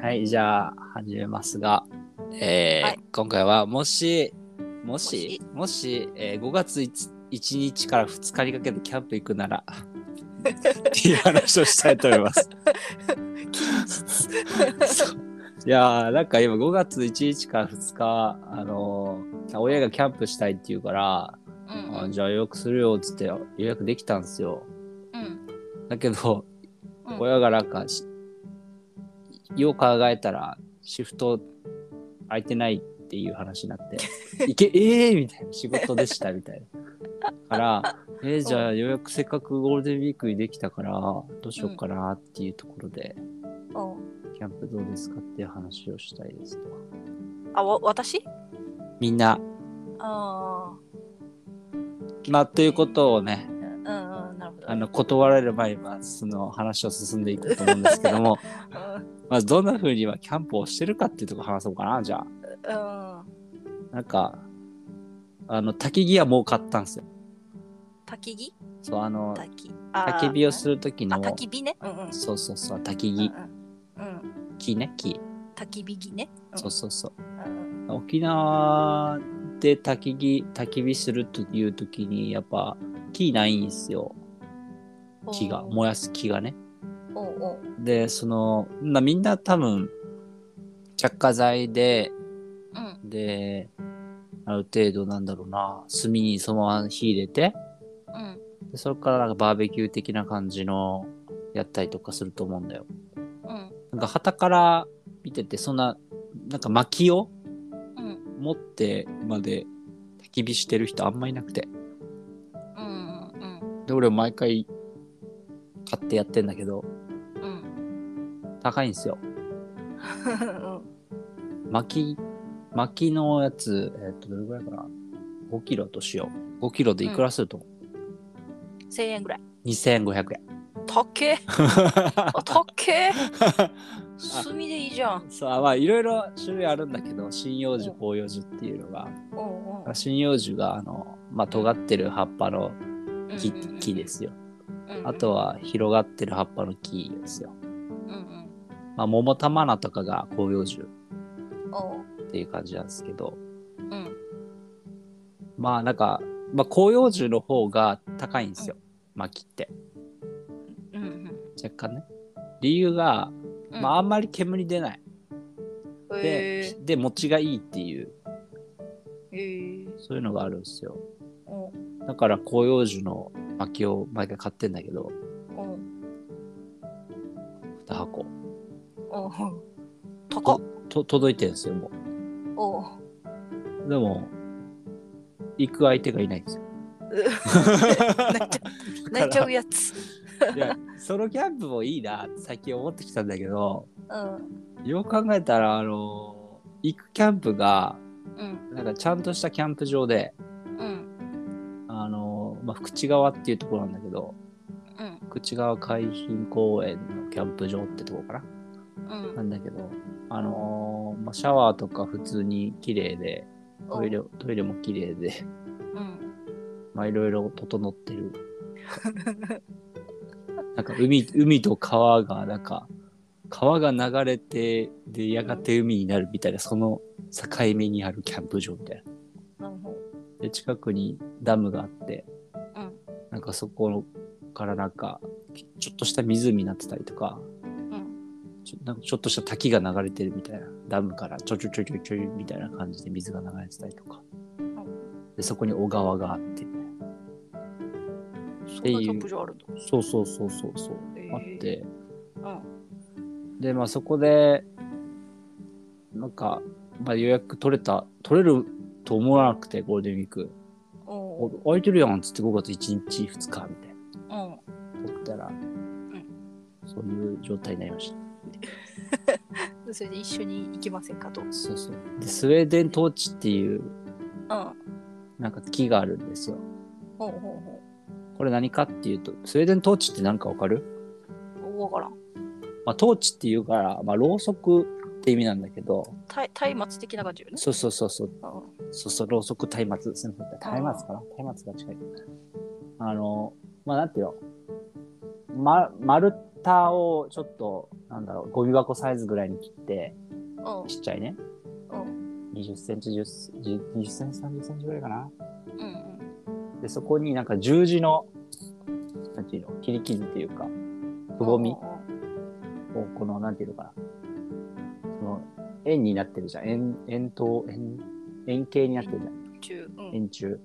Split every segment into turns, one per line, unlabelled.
はい、じゃあ始めますが、えー
はい
今回はもし、もし
し、
もし、えー5月 1, 日から2日にかけてキャンプ行くなら、っていう話をしたいと思います。そういやーなんか今5月1日から2日、あのー親がキャンプしたいって言うから、
うん
あじゃあ予約するよっつって予約できたんですよ。
うん
だけど、
うん
親がなんかしよう考えたらシフト空いてないっていう話になっ て「いけええみたいな仕事でしたみたいな。 から「えーじゃあ予約せっかくゴールデンウィークにできたからどうしようかな」っていうところで、
お
キャンプどうですかっていう話をしたいですと。
あわ私
みんな
あ
まあということをね
あうんうんなるほど
あの断られる前にまあその話を進んでいこうと思うんですけども まずどんな風に今キャンプをしてるかっていうところ話そうかなじゃあ。
うん、うん、
なんか、あの、焚き木はもう買ったんですよ。
焚き木
そう、あの、
焚き
焚き火をす
る
るとき
あ
の、
焚き火ねうんうん
そうそうそう、焚き
うん
木、
うんうん
木ね、木。
焚き火木ねうん
そうそうそう。
うん
沖縄で焚き木、焚き火するというときに、やっぱ、木ないんですよ。
うん
木が、
おう
燃やす木がね。
おうおう
で、その、なみんな多分、着火剤で、
うん
で、ある程度なんだろうな、炭にそのまま火入れて、
うん
でそれからなんかバーベキュー的な感じのやったりとかすると思うんだよ。
うん
なんか旗から見ててそんななんか薪を
うん
持ってまで焚き火してる人あんまいなくて。
うんうん
で俺毎回買ってやってんだけど
うんうん
高いんですよ。
うん
薪薪のやつ、えっとどれぐらいかな ?5 キロとしよう。5キロでいくらすると思う、
1000円ぐらい
?2500 円。
たっけあたっけ
あ
炭でいいじゃん
そうまあいろいろ種類あるんだけど針葉樹広葉樹っていうのが
おうおう
針葉樹があの、まあ、尖ってる葉っぱの木,、
うんうんうん
木ですよ。
うんうん
あとは広がってる葉っぱの木ですよ。
うん
まあ、桃玉菜とかが広葉樹
うんおう
っていう感じなんですけど、
うん
まあなんか、まあ、広葉樹の方が高いんですよ。薪って。
うんうん
若干ね。理由が、
うん
まああんまり煙出ない。
へ
で、で、持ちがいいっていう、
えへえ
そういうのがあるんですよ。
おう
だから広葉樹の薪を毎回買ってんだけど、
おう
2箱。
おう高っ
と届いてるんですよ、もう。
おう
でも、行く相手がいないんですよ。
泣いちゃう泣いちゃうやつ
いや、ソロキャンプもいいなって最近思ってきたんだけど、
うん
よく考えたら、あのー行くキャンプが、
うん
なんかちゃんとしたキャンプ場で、
うん
あのーまあ、福知川っていうところなんだけど、
うん
福知川海浜公園のキャンプ場ってところかな
うん
なんだけど、あのーまあ、シャワーとか普通に綺麗で、トイレ、トイレも綺麗で、
うん
まあ、いろいろ整ってる。なんか海、海と川が、なんか、川が流れて、で、やがて海になるみたいな、その境目にあるキャンプ場みたいな。
うん
で、近くにダムがあって、
うん
なんかそこからなんか、きちょっとした湖になってたりとか、
うん
ちょなんかちょっとした滝が流れてるみたいな、ダムからちょちょちょちょちょいみたいな感じで水が流れてたりとか
ん。
で、そこに小川があってみたいな、
そんな
て
キ
いう
ャンプ場あるんだ
そうそうそうそうそう。
へえ
あって、
うん
で、まあそこで、なんか、まあ予約取れた、取れると思わなくて、ゴールデンウィーク。
お
お
う
空いてるやんっつって5月1日、2日みたい
うん
な。取ったら、そういう状態になりました。
それで一緒に行きませんかとうん
そうそう。で、スウェーデントーチっていう、なんか木があるんですよ。
ほうほうほ
これ何かっていうと、スウェーデントーチって何かわかる
うわからん
まあトーチっていうから、まあろうそくって意味なんだけど、
た松明的な感じよね
そうそうそうそう、
う
そうそう、ろうそく松明。すみません。松明かな松明が近い。あの、まあ、なんていうの。ま、丸っタをちょっと、なんだろう、ゴミ箱サイズぐらいに切って、
う
ちっちゃいね。
んうん
20センチ、10 20センチ、30センチぐらいかな。
うんうん
で、そこになんか十字の、なんていうの、切り傷っていうか、くぼみを、この、なんていうのかな。その、円になってるじゃん。円、円筒、円、円形になってるじゃん。
中うん
円柱。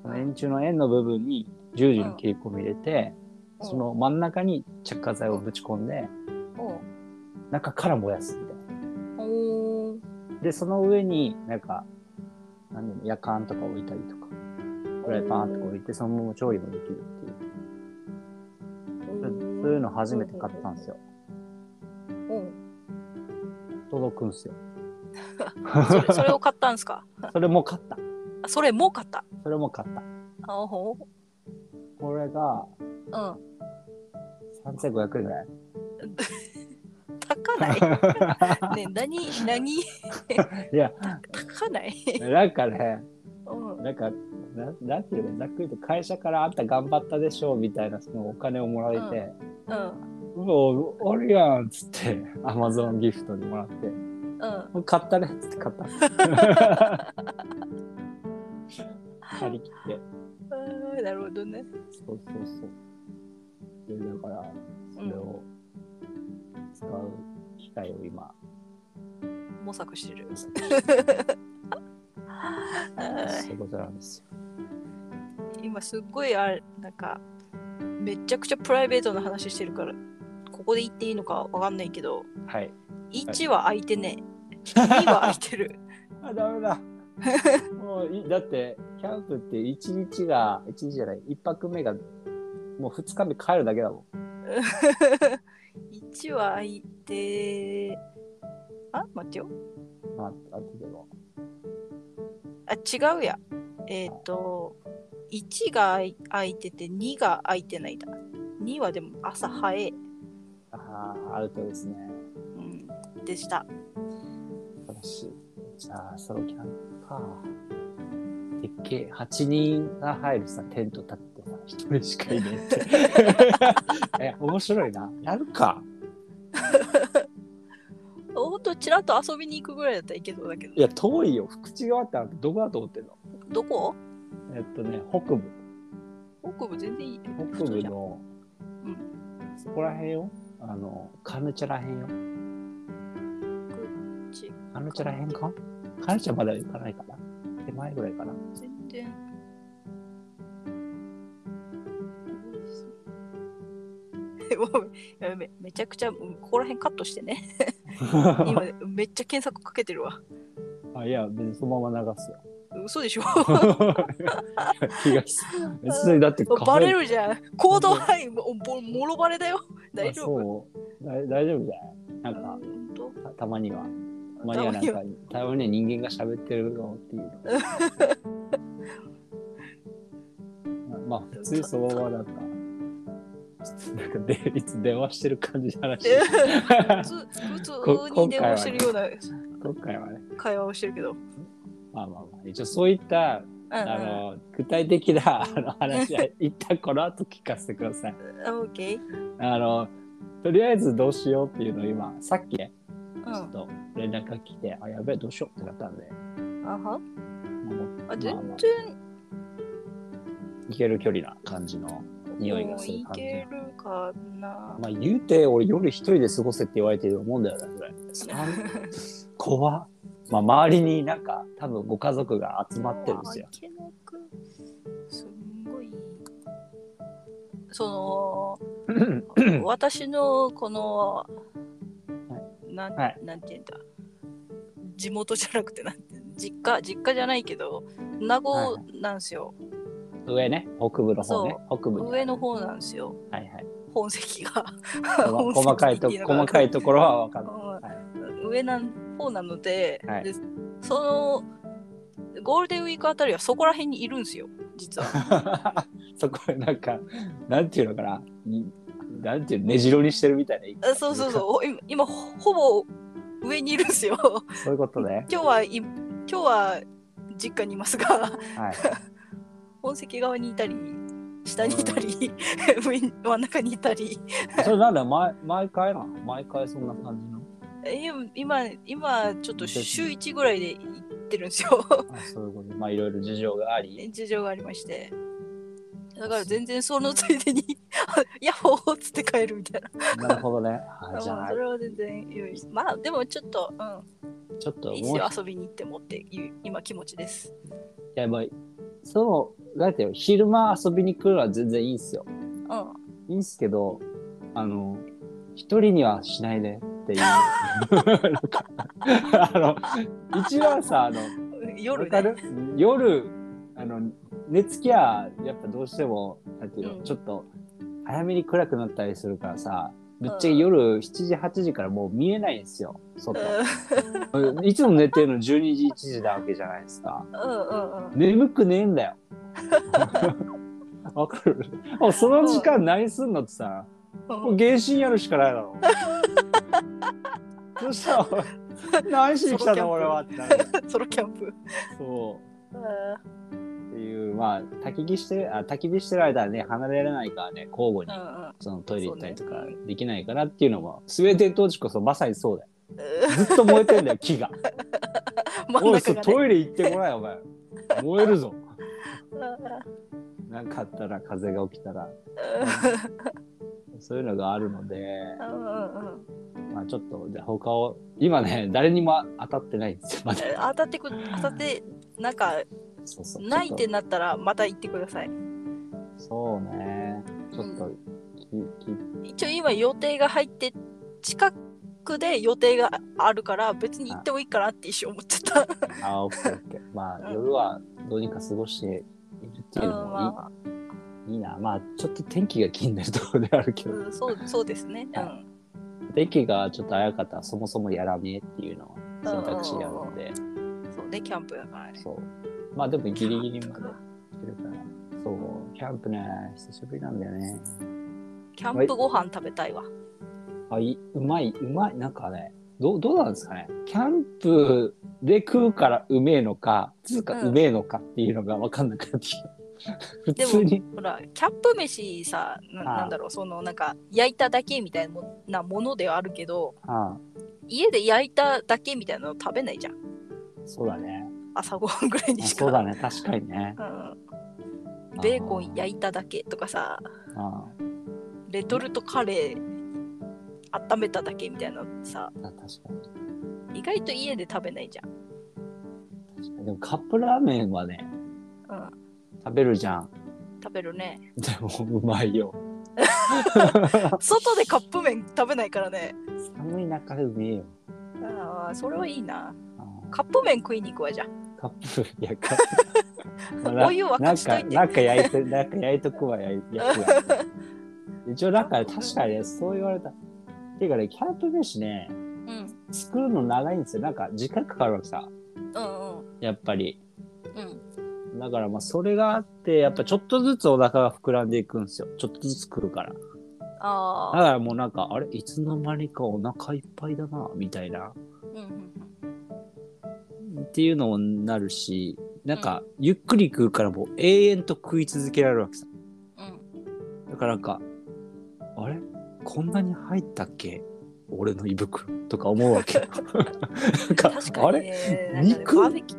その円柱の円の部分に十字の切り込み入れて、その真ん中に着火剤をぶち込んで、
うん
中から燃やすみたい
おー
な。で、その上になんか、なんで夜間とか置いたりとか、フライパンとか置いて、そのまま調理もできるっていう。そうそういうの初めて買ったんですよ。
うん
届くんすよ。
それそれを買ったんですか
それも買った。
あそれもう買った
それも買った。
あおほ
これが
うん
3500円ぐらい。
高 ないね何何い
や
高ない
なんかね、
うん
なんか、ななんていうの、ざっくりと会社からあんた頑張ったでしょみたいなそのお金をもらえて、
う
う
ん
わ、あるやんっつって、アマゾンギフトにもらって、
うん
もう買ったねっつって買った。張り切って。
あーなるほどね
そうそうそう。で、だから、それを使う機会を今、
模索してる
そ
あ
ういうことなんですよ。
ー今すっごいあれなんかめちゃくちゃプライベートな話してるからここで言っていいのかわかんないけど
はい。
1は空いてねえ2は空いてる
あ、ダメだ。もういだって、キャンプって一日が、一日じゃない、一泊目が、もう二日目帰るだけだも
1は空いてあ待ってよ
ん。まあ、あとでも。
あ違うやえっ、と1が空い空いてて2が空いてないだ2はでも朝早い、
ああ、アウトですね。
うん、でした
悲しい。じゃあ、ソロキャンプか。でっけえ、8人が入るさ、テント立ってさ、一人しかいない って。え、面白いな。やるか。
ほんとちらっと遊びに行くぐらいだったらいけそうだけど
いや、遠いよ。福知川ってあんたどこだと思ってんの
どこ
えっとね、北部。
北部全然いい
北部の、
うん
そこら辺よ。あの、カヌチャら辺よ。
ち
カヌチャら辺かカヌチャまだ行かないかな手前ぐらいかな
全 然すごいですねやべめめちゃくちゃうんここら辺カットし てね今めっちゃ検索かけてるわ
あいや、別にそのまま流すよ。
嘘でしょ
気がす別にだってカフェ
バレるじゃん行動範囲もももろバレだよ大丈夫
そうだ大丈夫じゃないなんか
うん と
たたまにはたまにはなんかたまには人間が喋ってるのっていう のまあ普通にそのままなんかちょっとなんかで いつ電話してる感じの話
普通普通に電話してるような
今回はね
会話をしてるけど、うん
まあまあまあ一応そういった
うん、
あ
あ
の具体的な あの話は一旦この後聞かせてください
オッケー、
あのとりあえずどうしようっていうのを今さっきね
う
ちょっ
ん、
と連絡が来て、あ、やべえ、どうしようってなったんで、
あは
もう
あ全
まあ
然
行ける距離な感じの匂いがする
もう
感
い
じ。
けるかな、
まあ、言うて、俺、夜一人で過ごせって言われてるもんだよね、ぐらい。三怖っまあ、周りになんか、多分ご家族が集まってるんですよ
あ。いけなくすんごいその私のこの、なん
はい
なんて言うんだ地元じゃなくてなんて実家実家じゃないけど名
はいは
護なんですよ、
上ね、北部の方ね、北部に。
上の方なんですよ
はい はい。
本籍が
細細かいと、細かいところはわかんない。
うん上の方なので,、
はい
でそのゴールデンウィークあたりはそこら辺にいるんですよ実は
そこでなんか、なんていうのかな、になんていうの、根城にしてるみたいな。
あそうそうそうお今今ほほぼ上にいるんですよ
そういうことね。
今日はい今日は実家にいますが
はい。
本籍側にいたり下にいたり、 上真ん中にいたり
それなんだ毎毎回なの毎回そんな感じの
え今今ちょっと週1ぐらいで行ってるんですよ
あそういうことまあいろいろ事情があり
事情がありましてだから全然そのついでに 「ヤッホー!」っつって帰るみたいな
なるほどね あじゃ
まあ
あ
それは全然良いですまあでもちょっと、う
ちょっと
ん、いいっ
も
す
う
よ遊びに行ってもっていう今気持ちです
やばいそのだってよ昼間遊びに来るのは全然いいんすよ
うん
いいんすけどあの一人にはしないでっていう なんかあの一番さあの
夜
わ
ね
かる夜あの寝つきゃやっぱどうしてもなんていうの、
うん
ちょっと早めに暗くなったりするからさぶっちゃけ夜7時8時からもう見えないんですよ外、いつも寝てるの12時1時なわけじゃないですか
うんうんうんうん
眠くねえんだよわかるあその時間何すんのってさもう原神やるしかないだろそしたらおい何しに来たの俺はってなる
ソロキャンプ
そう
あ
っていうまあ焚き火してるあ焚き火してる間はね離れられないからね交互
ー
に
うんうん
そのトイレ行ったりとかできないからっていうのもスウェーデン当時こそまさにそうだよ ずっと燃えてんだよ木が
真ん
おい
中
そ
が、ね、
トイレ行ってこないお前燃えるぞ
あ
なんかあったら風が起きたら
ー
そういうのがあるので、
うんうんうん
まあ、ちょっとじゃあ他を今ね誰にも当たってないんですよまだ
当たってく当たってなんか
そうそう
ないって
ちょっ
なったらまた行ってください
とそうねちょっと、
う
きき
一応今予定が入って近くで予定があるから別に行ってもいいかなって一瞬思っちゃっ
あオッケーオッケーま
う
あ
ん
夜はどうにか過ごしているって
た、
いううんのもいい,、
ま
いいな。まあ、ちょっと天気が気になるところではあるけ
あ、
ど、
うんそうそうですね、う
は
ん、
天気がちょっと早かったらそもそもやらねえっていうのは選択肢あるので、
そうねキャンプだからね
そう。まあでもギリギリまで来てるから、そう。キャンプね、久しぶりなんだよね。
キャンプご飯食べたいわ、
あ、いい、うまい、うまい。なんかね、どう、どうなんですかね。キャンプで食うからうめえのか、つうか
うん
うめえのかっていうのがわかんなくなってきた。 普
でも
通に。
ほらキャンプ飯さな
ああ
なんだろうそのなんか焼いただけみたいなもなものではあるけど
ああ
家で焼いただけみたいなの食べないじゃん
そうだね。
朝ごはんぐらいに
あ
しか
そうだね、確かにね。
うん、 ベーコン焼いただけとかさ
あ
レトルトカレー温めただけみたいなのさ
あ、確かに。
意外と家で食べないじゃん、
確かにでもカップラーメンはね、
うん、
食べるじゃん。
食べる ね
でも、うまいよ。
外でカップ麺食べないからね
寒い中でうめえよ。
ああそれはいいな
あ
カップ麺食いに行くわじゃん
ーカップ、いや、カ ップ
お湯沸
な
か
ん
しと
か、
いて
なんか焼いて、なんか焼いとくわ、焼い焼くわ。一応、なんか、確かにね、そう言われた。ていうかね、キャンプ飯ね、
うんうん
作るの長いんですよ。なんか、時間かかるわけさ、
うん
やっぱり。
うん
だから、まあ、それがあって、やっぱ、ちょっとずつお腹が膨らんでいくんですよ。ちょっとずつ来るから。だ
ああ
からもうなんか、あれいつの間にかお腹いっぱいだな、みたいな。
うんうん
っていうのになるし、なんか、ゆっくり食うからもう永遠と食い続けられるわけさ。
うん
だからなんか、あれこんなに入ったっけ俺の胃袋とか思うわ け。なんか、
確か
あ
に
れ
ねなんかね
肉
バーベキュー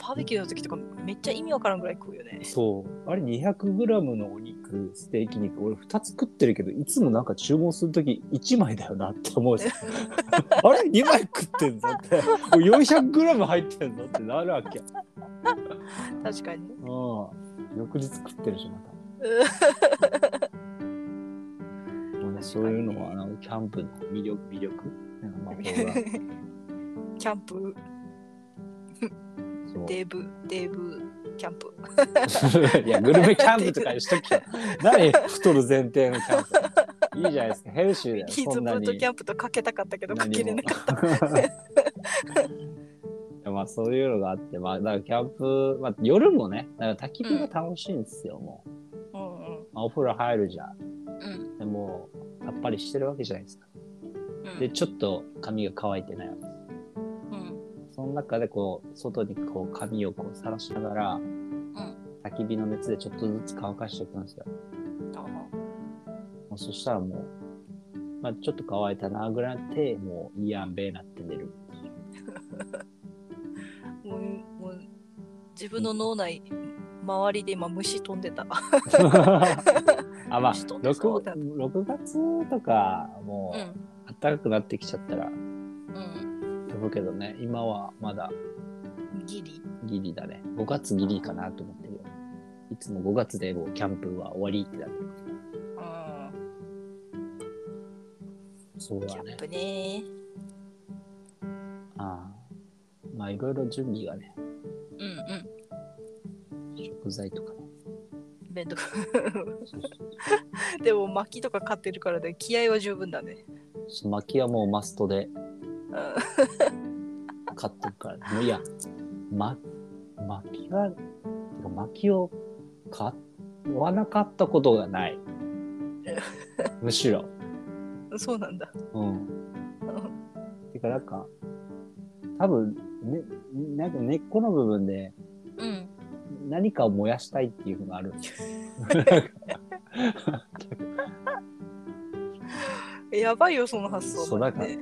バーベキューの時とかめっちゃ意味わからんぐらい食うよね
そう。あれ 200g のお肉、ステーキ肉、俺2つ食ってるけど、いつもなんか注文するとき1枚だよなって思う し。あれ ?2 枚食ってんぞって。もう 400g 入ってんぞってなるわけ。
確かに
うん。翌日食ってるし、 また。もうね、そういうのは、あの、キャンプの魅力、魅力なんかまあ、これは
キャンプ
そう
デーブデーブキャンプ
いや、グルメキャンプとかにしとき よ。何太る前提のキャンプ。いいじゃないですか。ヘルシーだよ。
キーズ
そん
ブ
な
ー
に。
トキャンプとかけたかったけどかけれなかった
った。まあそういうのがあって、まあ、だからキャンプ、まあ、夜もね、だから焚き火が楽しいんですよ、もう。
うんうん
まあ、お風呂入るじゃん。
うん
でもう、さっぱりしてるわけじゃないですか。
うん
で、ちょっと髪が乾いてないわけです。
うん
その中でこう、外にこう、髪をこう、さらしながら、焚き火の熱でちょっとずつ乾かしていくんですよ。
あ
もうそしたらもう、まあ、ちょっと乾いたなぐらいでもういいやんべえなって寝 る。
ーもうもう自分の脳内周りで今虫飛んでた
あまあ
虫飛んでそうだ
6, 6月とかも
う
うん暖かくなってきちゃったら
うん
飛ぶけどね、今はまだ
ギリ
ギリだね5月ギリかなと思ってるよいつも5月でもうキャンプは終わりってなってる
うん
そう
キ
だ
ャ
ね
ップね
ああまあいろいろ準備がね
うんうん
食材とかね
めんどく
そうそう
でも薪とか買ってるからで気合は十分だね
そう薪はもうマストで
うん
買ってるから、ね、もういや、ま、薪が、てか薪を買わなかったことが ない。むしろ。
そうなんだ
うん。
うん
てかなんか、多分、ね、なんか根っこの部分で
うん
何かを燃やしたいっていうのがある。
やばいよその発想
そうだから
ね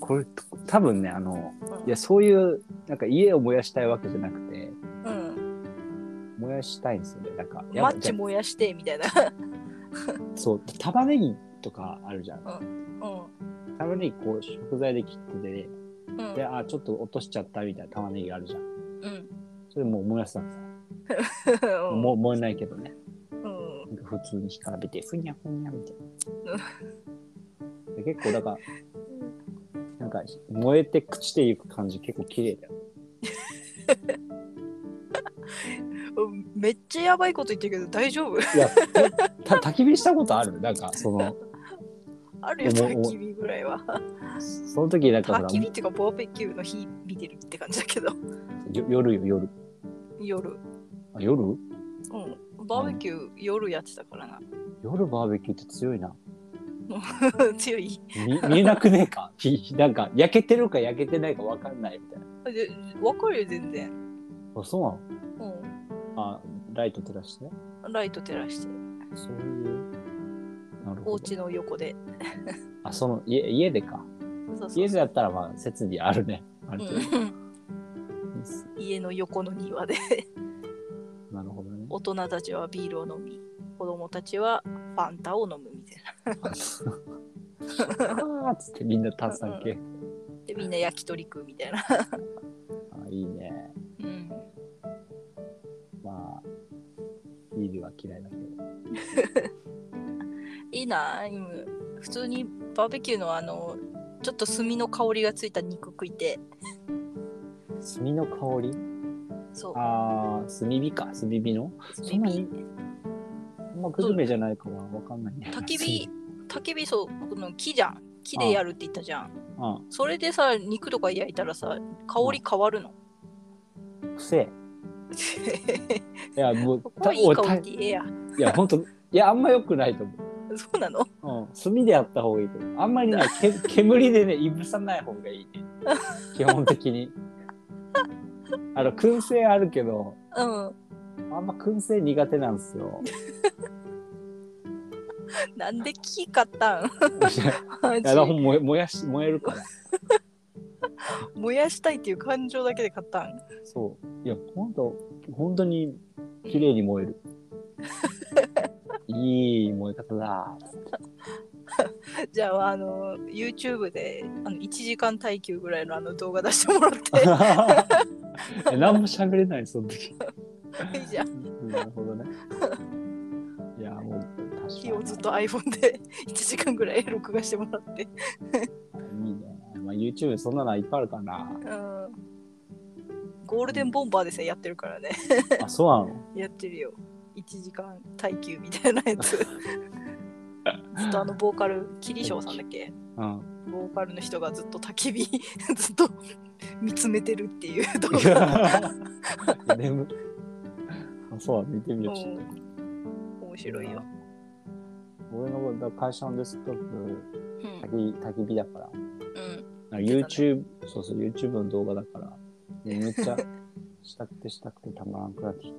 これ、多分ね、あの、
うん
いや、そういう、なんか家を燃やしたいわけじゃなくて、
うん
燃やしたいんですよね。なんか、や
マ
ば
ッチ
じゃ
燃やしてみたいな
あそう、玉ねぎとかあるじゃん。
うん
玉ねぎこう食材で切ってて、
うん
で、あ、ちょっと落としちゃったみたいな玉ねぎがあるじゃん。
うん
それもう燃やしたんですよ。
うん
もう燃えないけどね。
うん
なんか普通に火から出て、ふにゃふにゃみたい な。で結構、だから、なんか燃えて朽ちていく感じ結構綺麗だよ。
うんめっちゃやばいこと言ってるけど大丈夫
いや、た焚き火したことあるなんか、その、
あるよ
おもお
焚
も
き火ぐらいは
その時なんかほ
焚
ら、
き火っていうかバーベキューの火見てるって感じだけど
よ夜よ、夜。
夜
あ、夜
うんバーベキュー夜やってたからな
夜バーベキューって強いな。
強い
見見えなくねえか 火なんか、焼けてるか焼けてないかわかんないみたいな。
でわかるよ全然
あ、そうなの
う
あ、ライト照らしてね。
んライト照らして
そういう。なる
お
ほど。
家の横で
あ、その家家でか。
そうそう
家でだったらまあ設備あるね。ある程度。い
うん
いっす
家の横の庭で
なるほどね。
大人たちはビールを飲み子供たちはパンタを飲むみたいな
あーっつってみんな炭酸系。
でみんな焼き鳥食うみたいな、
あいいね。
うん、
まあ、ビールは嫌いだけど。
いいなうん普通にバーベキューのあのちょっと炭の香りがついた肉食いて
炭の香り
そう
ああ、炭火か。炭火のそん
炭
な
火
に、あんまグルメじゃないからわかんないね。
焚き火焚き火そうこの木じゃん木でやるって言ったじゃん
炭。
それでさ肉とか焼いたらさ香り変わ るの
うん。くせえ。いや、もう、
ここはいい
た
香
俺
り
た
でええや
いや、ほんと、いや、あんま良くないと思う。
そうなの
うん、炭でやった方がいいと思うあんまりね、け煙でね、いぶさない方がいいね。基本的に。あの、燻製あるけど、
うん
あんま燻製苦手なんですよ。
なんで木買ったん
い
マ
や、ほ
ジ
ん燃え燃やし、燃えるから。
燃やしたいっていう感情だけで買ったん
そう。いや、ほんと、本当に、綺麗に燃える。いい燃え方だ。
じゃああの YouTube であの1時間耐久ぐらいのあの動画出し てもらっ
え何も喋れない、その時。
ていいじゃん
うんなるほどね。いや、もう、確かに。
木をずっと iPhone で1時 間ぐらい録画してもらって
いいね。まあ、YouTube そんなのいっぱいあるから な。
うんゴールデンボンバーでさえやってるからね
あ、そうなの
やってるよ1時間耐久みたいなや つずっとあのボーカルキリショウさんだっけ
うん。
ボーカルの人がずっと焚き火 ずっと見つめてるっていう動
い
画
や 眠あそうだ、見てみ
う
よう。ちょっ
ん面白いよ、
と俺のだから会社のデスクトップ、
うん
焚き焚き火だから。
うん、
なんか YouTube、そうそう、YouTube の動 画だから。めっちゃ、したくてしたくてたまらんくなってき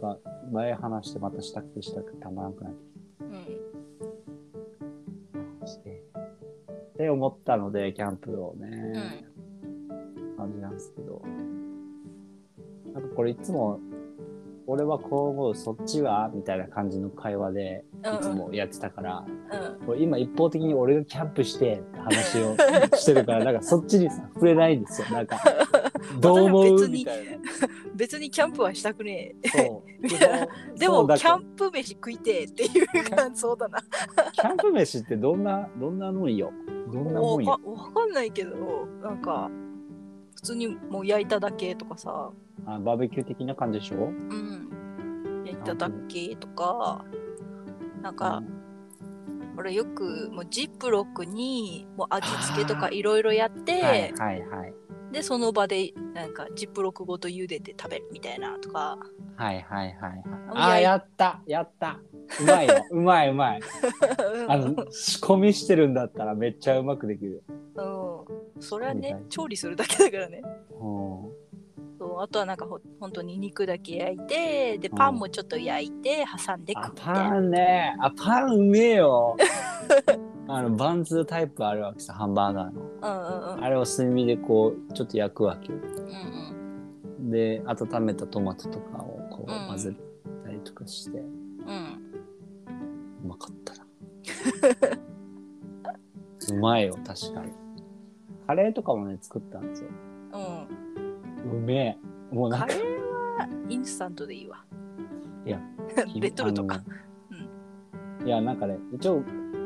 た。か前話してまたしたくてしたくてたまらなくなって
うん。
きまして。って思ったので、キャンプをね、感じなんですけど。なんかこれいつも、俺はこう思う、そっちはみたいな感じの会話で
うん。
いつもやってたから、
うん。
もう今一方的に俺がキャンプしてって話をしてるから、なんかそっちにさ、触れないんですよ。なん か、どう思う
別に
みたいな。
別にキャンプはしたくね
そう。
いやえ。でも、キャ
プ。
ンプ飯食いてえっていう感想だな。
キャンプ飯ってどんな、どんなもんよ。どんなも
お
ん
わ
よ。
わかんないけど、なんか、普通にもう焼いただけとかさ、
あバーベキュー的な感じでしょ
うん。焼いただけとか、なんか、俺よくもうジップロックにもう味付けとかいろいろやって、
はいはいはい。
でその場でなんかジップロックごと茹でて食べるみたいなとか
はいはいはい。
あ
あー、やったやったうまいよ。うまいうまい。あ
う
の
ん、
仕込みしてるんだったらめっちゃうまくできる。
うんそれは
はい
ね
はい
調理するだけだからね
うん
そうあとはなんかほ本当に肉だけ焼いてでパンもちょっと焼いて挟んで食
あ
う、みた
パ
いな
ンね。あ、パンうめえよ。 あの、バンズタイプあるわけさ、ハンバーガーの。
うん
あれを炭火でこう、ちょっと焼くわけよ。
うんうん
で、温めたトマトとかをこう
うん
混ぜたりとかして、う
うんうん
まかったな。 うまいよ、確かに。カレーとかもね、作ったんですよ。
うん
うめえ。もうなん
カ
か
レ、ーはインスタントでいいわ
いや
レトルトか
あの。いや、なんかね、一応、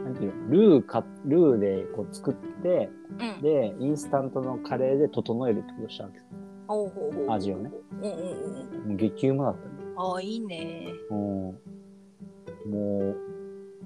なんていうの、ルーか、ルーでこう作って、
うん
で、インスタントのカレーで整えるってことしたわけです。
おうほうほう
味をね。
うんうんうん
もう激うまだったね。
ああいいね
うん。もう、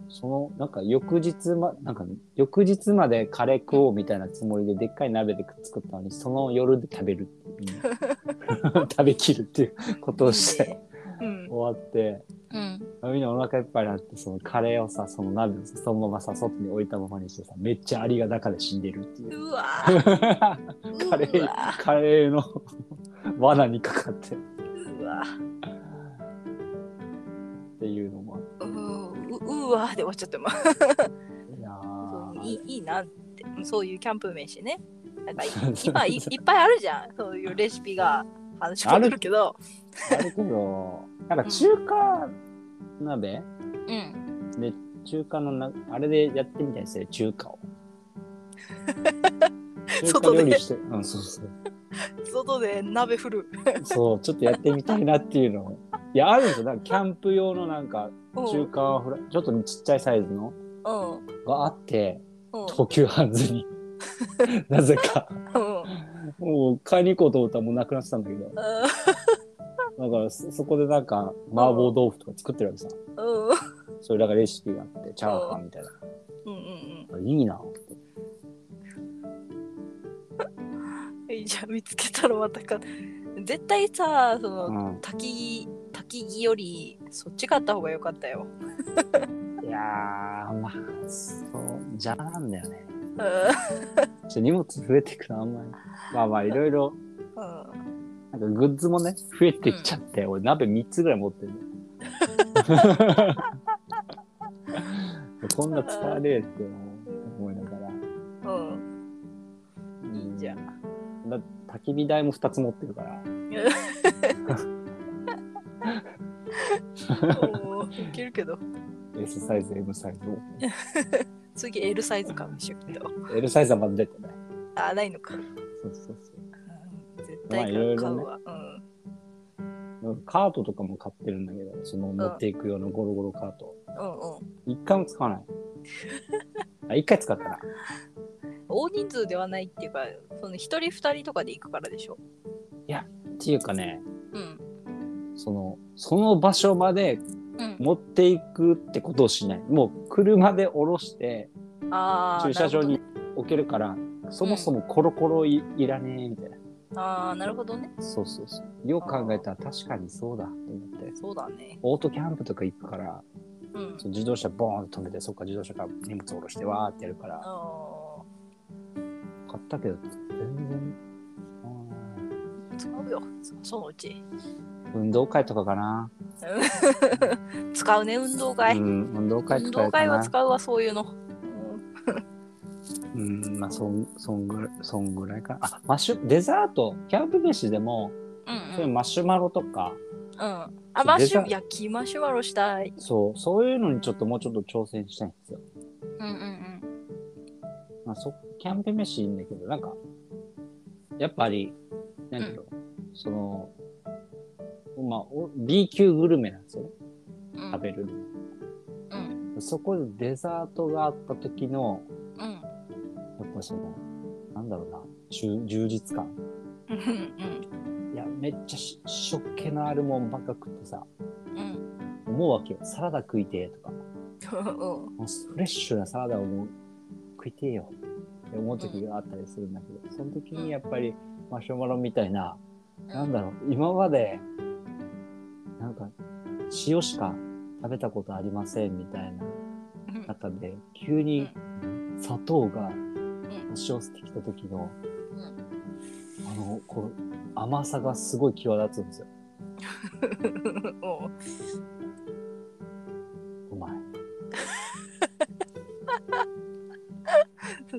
その、なんか翌日ま、なんか、翌日までカレー食おうみたいなつもりで、でっかい鍋で作ったのに、その夜で食べるって いう食べきるっていうことをし
いい
て、
ねうん
終わって、
うん
みんなお腹いっぱいになって、そのカレーをさ、その鍋をさそのままさ、外に置いたままにしてさ、めっちゃアリが中で死んでるって いう。
うわー
カレ
う
ー
わ、
カレーの罠にかかってっ
うわ
ていうのもあっ
うううわで終わっちゃってます
て。いやー
いいいいなってそういうキャンプ飯ねなんかい今いいっぱいあるじゃんそういうレシピが話し込んでるけど
あるけど、なんか中華鍋
うん
で、中華のな、あれでやってみたいですね、中華を。中華
外で
料理して、うん、そうそう。
外で鍋振る
そう、ちょっとやってみたいなっていうのを。いや、あるんですよ。なんかキャンプ用のなんか、
う
中
ん
華フライ、ちょっとちっちゃいサイズの
うん
があって、
うん
東急ハンズに。なぜか。
うん
もう買いに行こうと思ったらもうなくなってたんだけど。だからそそこでなんか、麻婆豆腐とか作ってるわけさ。
うん
それなんかレシピがあって、チャーハンみたいな。
うん
いいなって。
うんいいじゃん見つけたらまたか絶対さその
う
滝滝木よりそっち買った方が良かったよ
ん、いやー、まあ、そう、邪魔なんだよね。
うん
ちょ荷物増えてくのあんまり。まあまあ、いろいろ、
うん
なんかグッズもね、増えてきちゃって、俺鍋3つぐらい持ってる。こんな使わねえって思いながら。
うんいいじゃん
ん。だ焚き火台も2つ持ってるから。
おーいけるけど
S サイズ、M サイズ。
次 L サイズ買うんでしょきっと
L サイズはまだ出てない。
あないのか
そうそうそう。
うん絶
まあ
対
い
買
ろ
う
いろね
わ、
カートとかも買ってるんだけど、その持っていくようなゴロゴロカート。
うんうんうん
一回も使 わない。あ、一回使ったな。
大人数ではないっていうかその1人2人とかで行くからでしょ
っていうかね、
うん
その、その場所まで
うん
持っていくってことをしない。もう車で降ろして、
ああ
駐車場に置けるから、そもそもコロコロい,、らねえみたいな。
ああなるほどね
そうそうそう。よく考えたら確かにそうだと思って。
そうだね
オートキャンプとか行くから、
うん
そう自動車ボーンと止めて、そっか自動車から荷物下ろしてわーってやるから、
あ
買ったけど、全然、あー
ー使うよそそのうち
運動会とかかな。
使うね、運動会。
うん、運動会
運
とかや
動
った
会は
な。
使うわ、そういうの。
うん、まあそん、そんぐらい、そんぐらいかな。あ、マシュ、デザート、キャンプ飯でも、
うん。
そうういうんマシュマロとか、
うん、あ、マシ
デザー
ュ、いや、きマシュマロしたい。
そう、そういうのにちょっともうちょっと挑戦したいんですよ。
うんうん
まあ、そ、キャンプ飯いいんだけど、なんか、やっぱり、なんていうの、その、まあお、B 級グルメなんですよね、
うん。うん
食べるの。
うん
そこでデザートがあった時の、
うん
やっぱその、なんだろうな、充充実感。
うんうん
いや、めっちゃし食気のあるもんばっか食ってさ、
うん
思うわけよ。サラダ食いてえとか、
うん
もうフレッシュなサラダをもう食いてえよって思う時があったりするんだけど、その時にやっぱりマシュマロみたいな、なんだろう、今まで、なんか、塩しか食べたことありませんみたいな
うん
中で、急に砂糖が押し寄せてきた時の、
うん
あの、こう、甘さがすごい際立つんですよ。
おう
うまい。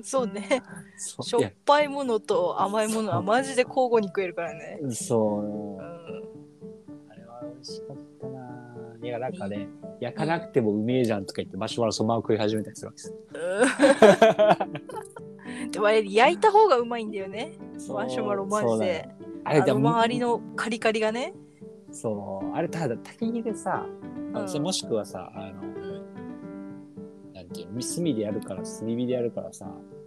そうね。
そ
しょっぱいものと甘いものはマジで交互に食えるからね。
そうう。
ん
あれは美味しかったなぁいや、なんかね、焼かなくてもうめえじゃんとか言って、マシュマロそのまま食い始めたりするわけです。
うん。でもあれ焼いた方がうまいんだよね。
そう
マシュマロマ
そうだ
ジで
ね。あ
あ
れだ
の周りのカリカリがね。
そう。あれ、ただ、焚き火でさ、あの
うん
それもしくはさ、あの、なんていうの、炭でやるから、炭火でやるからさ、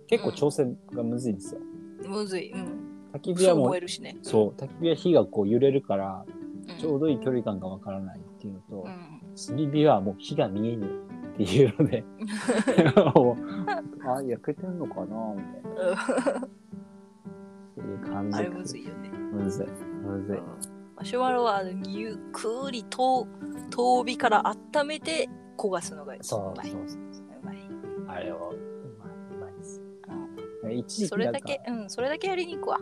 結構調整がむずいんですよ。
むずい。うん。
焚き火
す
は
ぐ
も
燃
う
え、るしね。
そう、焚き火は火がこう揺れるから、
うん
ちょうどいい距離感がわからないっていうのと、
うん
炭火はもう火が見えねえっていうの で、もうあ、焼けてんのかなみたいな。っていう感じ
あれむずいよね。
むずい。むずい。
マシュマロはゆっくりと遠火から温めて焦がすのがう
そう
まい。
そううそう。
まい
あれを、うまい、うまいです
う。
一時期
そ
な
れ
んか
だけ、うん、それだけやりに行くわ。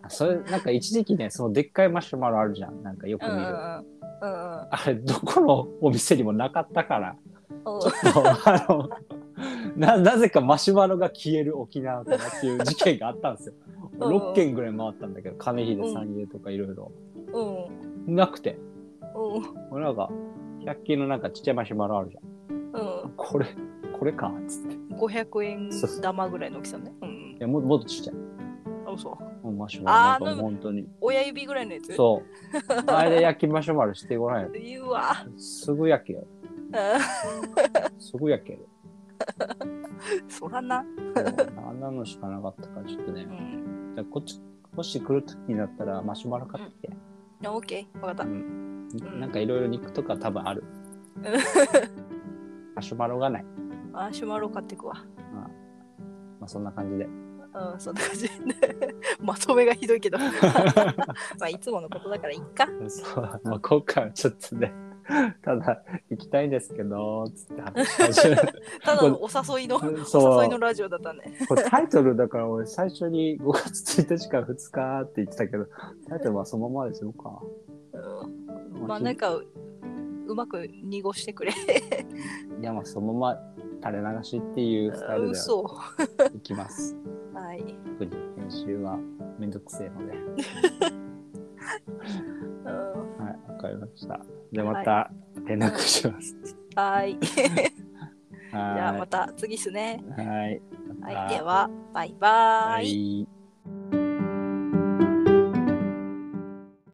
あそれなんか一時期ね、そのでっかいマシュマロあるじゃん。なんかよく
うん
見
う
る。
んうん。うんうん
あれ、どこのお店にもなかった から、
おう
ちょっと、あの、な、なぜかマシュマロが消える沖縄とかっていう事件があったんですよ。
ん
6軒ぐらい回ったんだけど、金秀さん家とかいろいろ。
うん
なくて。
うん
俺なんか、100均のなんかちっちゃいマシュマロあるじゃ
うん
ん。これ、これか、つって。い
500円
そうそう
玉ぐらいの大きさね。うん
や、ももっとちっちゃい。
うん。あそう
もうマシュマロなんか
あー
本当に。
親指ぐらいのやつ
そう。前で焼きマシュマロしてごらんよ。
う。言うわ。
すぐ焼けよ。すぐ焼ける。
そらな。
うんあんなのしかなかったから、ちょっとね
う。ん。
じゃあこっち、もし来る時になったらマシュマロ買ってきて。
あオッケー、わかっん
なんかいろいろ肉とか多分あ る。マシュマロがない。
た。マシュマロ買ってくわ。
まあそんな感じで。
うん、そんな感じ。 まとめがひどい けど。まあ、いつものことだからいっか。
そう、まあ今回はちょっとね、 ただ行きたいんですけど、つって話し始めた
ただのお誘いの、お
そ
誘いの
う、
ラジオだったね。
これタイトルだから俺最初に5月1日から2日って言ってたけど、タイトルはそのままですよか。
うんまあ、なんか、うまく濁してくれ。
いやまあそのまま垂れ流しっていうスタイルで
嘘。
いきます。
はい。
特に編集はめんどくせえので。
うん
はい、わかりました。じゃあまた連絡します。
はい。じ
は
ゃあ、
い
また次っすね。
はい。
はい。では、バイバーイ。
い。